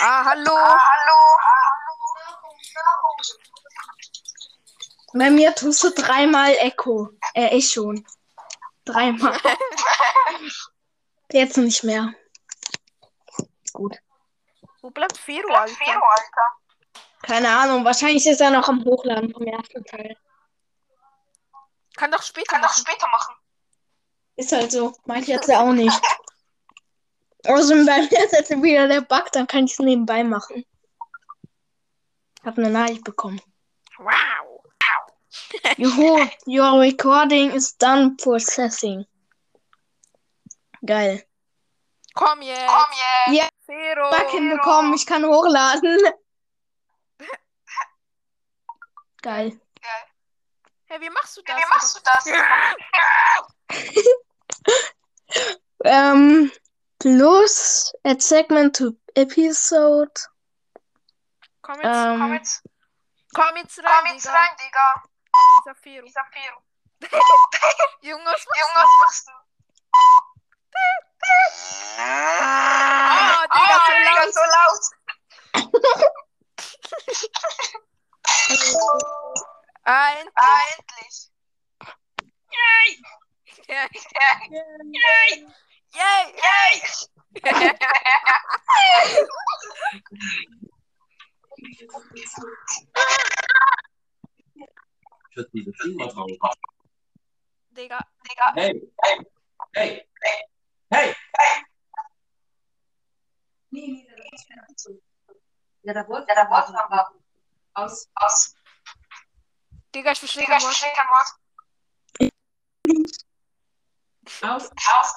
Ah, hallo. Bei mir tust du dreimal Echo. Äh, ich schon. Dreimal. Jetzt nicht mehr. Gut. Wo bleibt Fero, Alter? Keine Ahnung. Wahrscheinlich ist er noch am Hochladen vom ersten Teil. Kann doch später Kann doch machen. später machen. Ist halt so. Meint jetzt ja auch nicht. Außerdem bei mir ist jetzt wieder der Bug, dann kann ich es nebenbei machen. Hab eine Nachricht bekommen. Wow. Juhu, your recording is done processing. Geil. Komm jetzt. Komm jetzt. Fero. Bug hinbekommen, ich kann hochladen. Geil. Hey, wie machst du das? Wie machst du das? Ähm, plus add segment to episode. Komm jetzt, Komm Ähm, jetzt, komm jetzt rein, komm jetzt Digga. rein, Digga. Dieser Fero. Dieser Fero. Junge, was machst Junge, du? was machst du? Ah, Digga, Ah, so Digga, laut. so laut. Ah, endlich. Ah, endlich. Yay. Yay, Yay. yay. Ich würde diese Stimme drauf. Digga. Digga, Hey, hey, hey, hey, hey! Ja, da wollte ja, da wollte man man was. aus. Aus. Digga, ich verstehe Digga, kein ich Wort. verstehe kein Wort. Aus. Auf.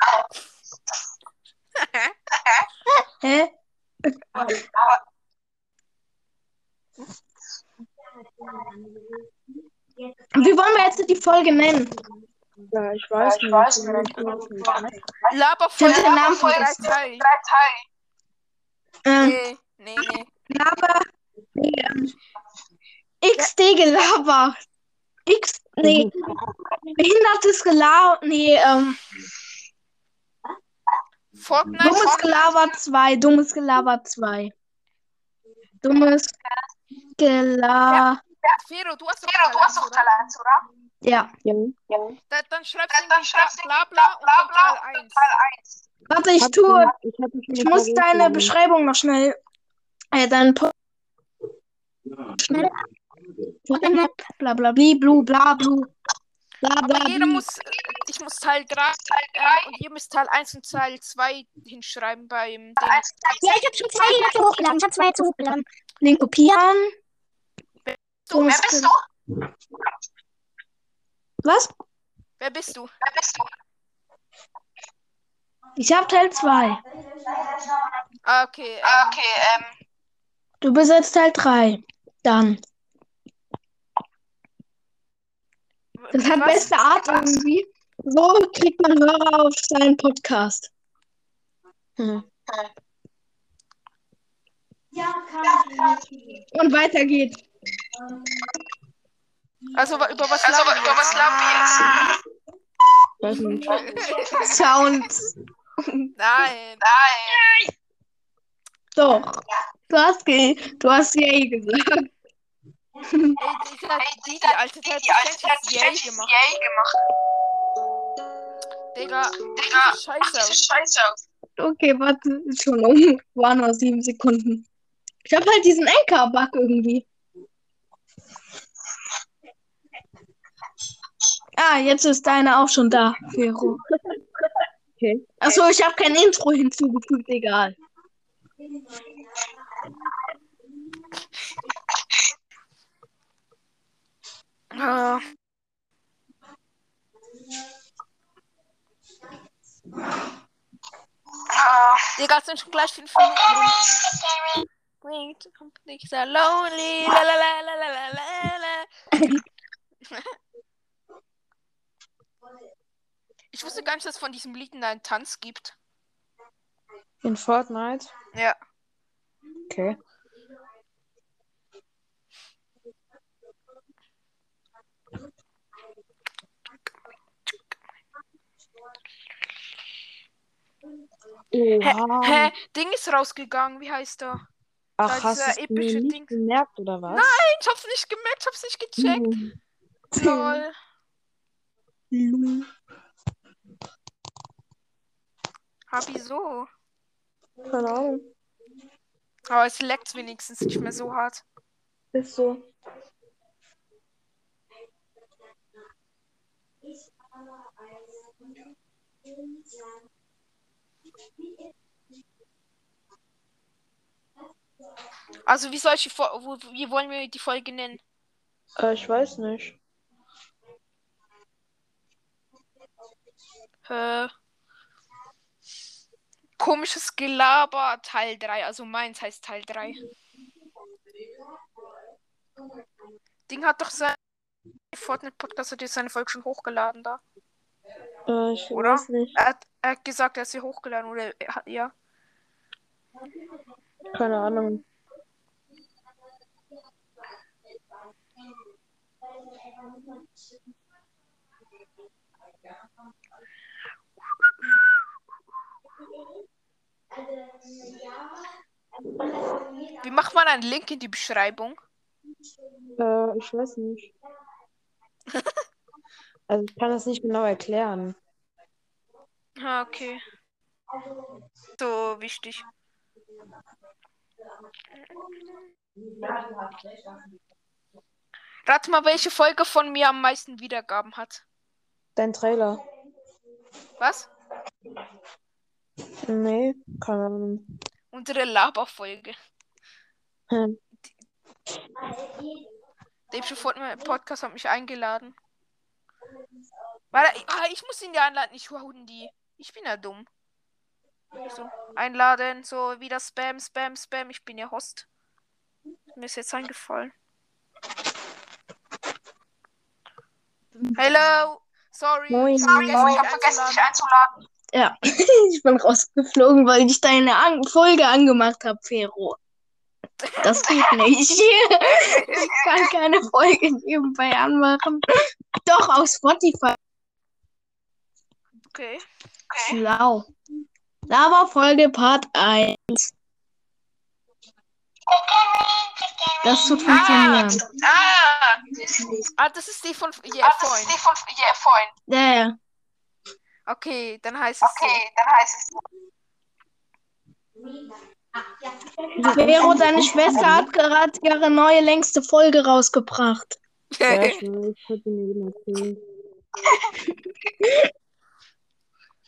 Aus. Hä? Wie wollen wir jetzt die Folge nennen? Ja, ich Ja, weiß ich nicht. weiß Ich nicht. weiß nicht. Laberfeuer. Ich hab den Namen Laberfeuer vergessen. drei Teile. Drei Teile. Ähm, Nee, nee, nee. XD Gelaber. X, nee, behindertes Gelaber, nee, ähm, Fortnite. dummes Gelaber 2, dummes Gelaber 2. Dummes Gelaber, Fero, du hast doch Fero, du hast doch Talent, Teil 1, oder? ja. Ja. oder? Da, dann schreibst Dann- du dann irgendwie schreibst du bla bla und bla, dann bla Teil 1. Teil 1. Warte, ich Hab's tue, gemacht. Ich, hab ich mich nicht muss deine verrufen. Beschreibung noch schnell, äh, deinen Post, bla bla bli, blu, bla, blu, bla, bla, Aber jeder bli. muss, ich muss Teil 3 Teil 3. ähm, und ihr müsst Teil 1 und Teil 2 hinschreiben beim Ding. Ja, ich habe schon zwei dazu hochgeladen. Ich habe zwei dazu hochgeladen. Den kopieren. Du, Wer bist du? Was? Wer bist du? Wer bist du? Ich hab Teil 2. Ah, okay. Ähm, Ah, okay, ähm, Du bist jetzt Teil 3. Dann. Das hat was? beste Art irgendwie. So kriegt man Hörer auf seinen Podcast. Hm. Und weiter geht's. Also wa- über was also labern über was glauben Ah. wir jetzt? Ich weiß nicht. Sound. wir? Ah. Nein. Nein. Doch. Du hast, ge du hast yay gesagt. Ey, ich sag, Ey, die, die Digga, alte Die, Zeit die alte Zeit ist yay gemacht. Yay gemacht. Digga, Digga, ach, scheiße. diese Scheiße. Okay, warte, ist schon um. War nur sieben Sekunden. Ich hab halt diesen Anker-Bug irgendwie. Ah, jetzt ist deine auch schon da, Vero. Okay. Achso, ich habe kein Intro hinzugefügt, egal. Ah. Ah. Digga, es sind schon gleich fünf Minuten. Wait, I'm nicht so lonely. La, la, la, la, la, la, la. Ich wusste gar nicht, dass es von diesem Lied einen Tanz gibt. In Fortnite? Ja. Okay. Oha. Hä? Ding ist rausgegangen. Wie heißt er? Ähm. Ach, da hast dieser du es mir epische nicht Ding. gemerkt, oder was? Nein, ich hab's nicht gemerkt, ich hab's nicht gecheckt. Hm. Lol. Lul. Hab ich so. Keine Ahnung. Aber es leckt wenigstens nicht mehr so hart. Ist so. Also wie soll ich die Folge, wie wollen wir die Folge nennen? Äh, ich weiß nicht. Äh, komisches Gelaber Teil 3. Also meins heißt Teil 3. Ding hat doch sein Fortnite-Podcast hat jetzt seine Folge schon hochgeladen da. Äh, ich Oder? weiß nicht. Er hat, er hat gesagt, er hat sie hochgeladen oder er hat, ja. Keine Ahnung. Wie macht man einen Link in die Beschreibung? Äh, ich weiß nicht. also ich kann das nicht genau erklären. Ah, okay. So wichtig. Rat mal, welche Folge von mir am meisten Wiedergaben hat. Dein Trailer. Was? Nee, keine Ahnung. Unsere Laberfolge. Hm. Der hübsche Fortnite Podcast hat mich eingeladen. Warte, ich- ah, ich muss ihn ja einladen. Ich hole die. Ich bin ja dumm. So, einladen, so wieder Spam, Spam, Spam. Ich bin ja Host. Mir ist jetzt eingefallen. Hello. Sorry. Moin. Ich habe Sorry, ich vergessen, hab dich vergessen, einzuladen. dich einzuladen. Ja, ich bin rausgeflogen, weil ich deine An Folge angemacht habe, Fero. Das geht nicht. Ich kann keine Folge nebenbei anmachen. Doch, auf Spotify. Okay. Schlau. Lava-Folge Part 1. Das tut funktionieren. Ah, Ah, das ist die von ja, ah, das vorhin. ist die von yeah, vorhin. Ja, ja. Okay, dann heißt es so. Okay, dann heißt es. Vero, deine Schwester hat gerade ihre neue längste Folge rausgebracht. Ja, ich weiß, ich könnte mir jemand erzählen.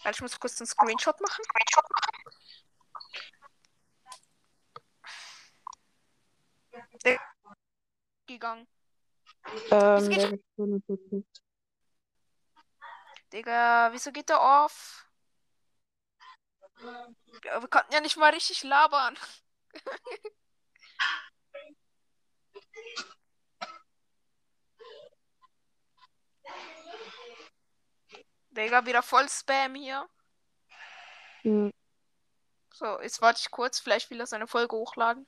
Warte, ich muss kurz einen Screenshot machen. Der- Gegangen. Ähm, geht- der wird schon ein bisschen- Digga, wieso geht der auf? Ja, wir konnten ja nicht mal richtig labern. Digga, wieder voll Spam hier. Hm. So, jetzt warte ich kurz, vielleicht will er seine Folge hochladen.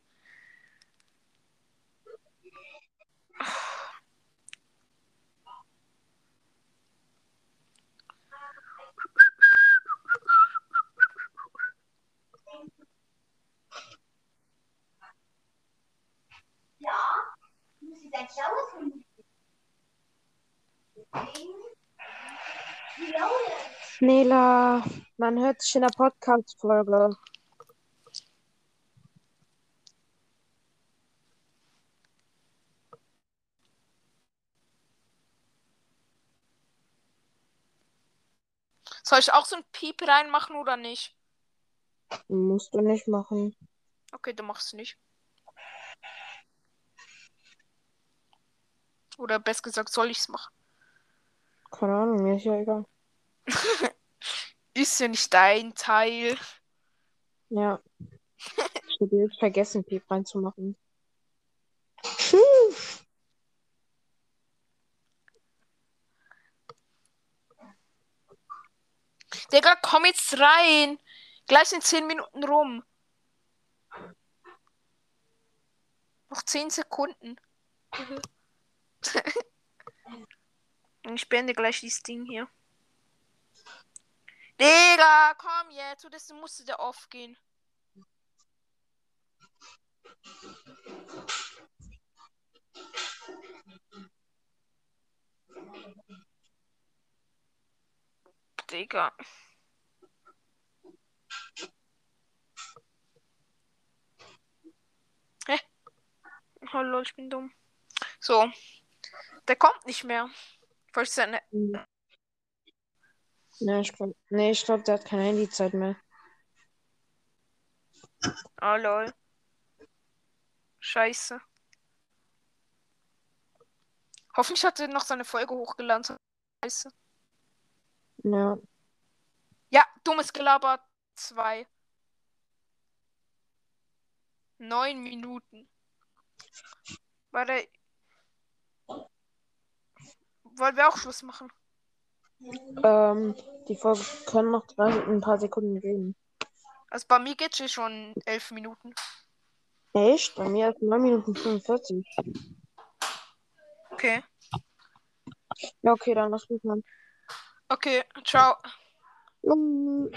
Nela, man hört sich in der Podcast-Folge. Soll ich auch so ein Piep reinmachen oder nicht? Musst du nicht machen. Okay, du machst nicht. Oder besser gesagt, soll ich's machen? Keine Ahnung, mir ist ja egal. Ist ja nicht dein Teil. Ja. Ich hätte jetzt vergessen, Piep reinzumachen. Digga, komm jetzt rein. Gleich in 10 Minuten rum. Noch 10 Sekunden. Und ich beende gleich dieses Ding hier. Digga, komm jetzt. Du das musste der aufgehen. Digga. Hä? Oh lol, ich bin dumm. So. Der kommt nicht mehr. Falls seine Ne, ich glaube, nee, ich glaub, der hat keine Handyzeit mehr. Oh lol. Scheiße. Hoffentlich hat er noch seine Folge hochgeladen. Scheiße. Ja. Ja, dummes Gelaber 2. Neun Minuten. Warte. Wollen wir auch Schluss machen? Ähm, die Folge können noch drei, ein paar Sekunden gehen. Also bei mir geht's hier schon elf Minuten. Echt? Bei mir ist 9 Minuten 45. Okay. Ja, okay, dann lass mich mal. Okay, ciao. Juhu.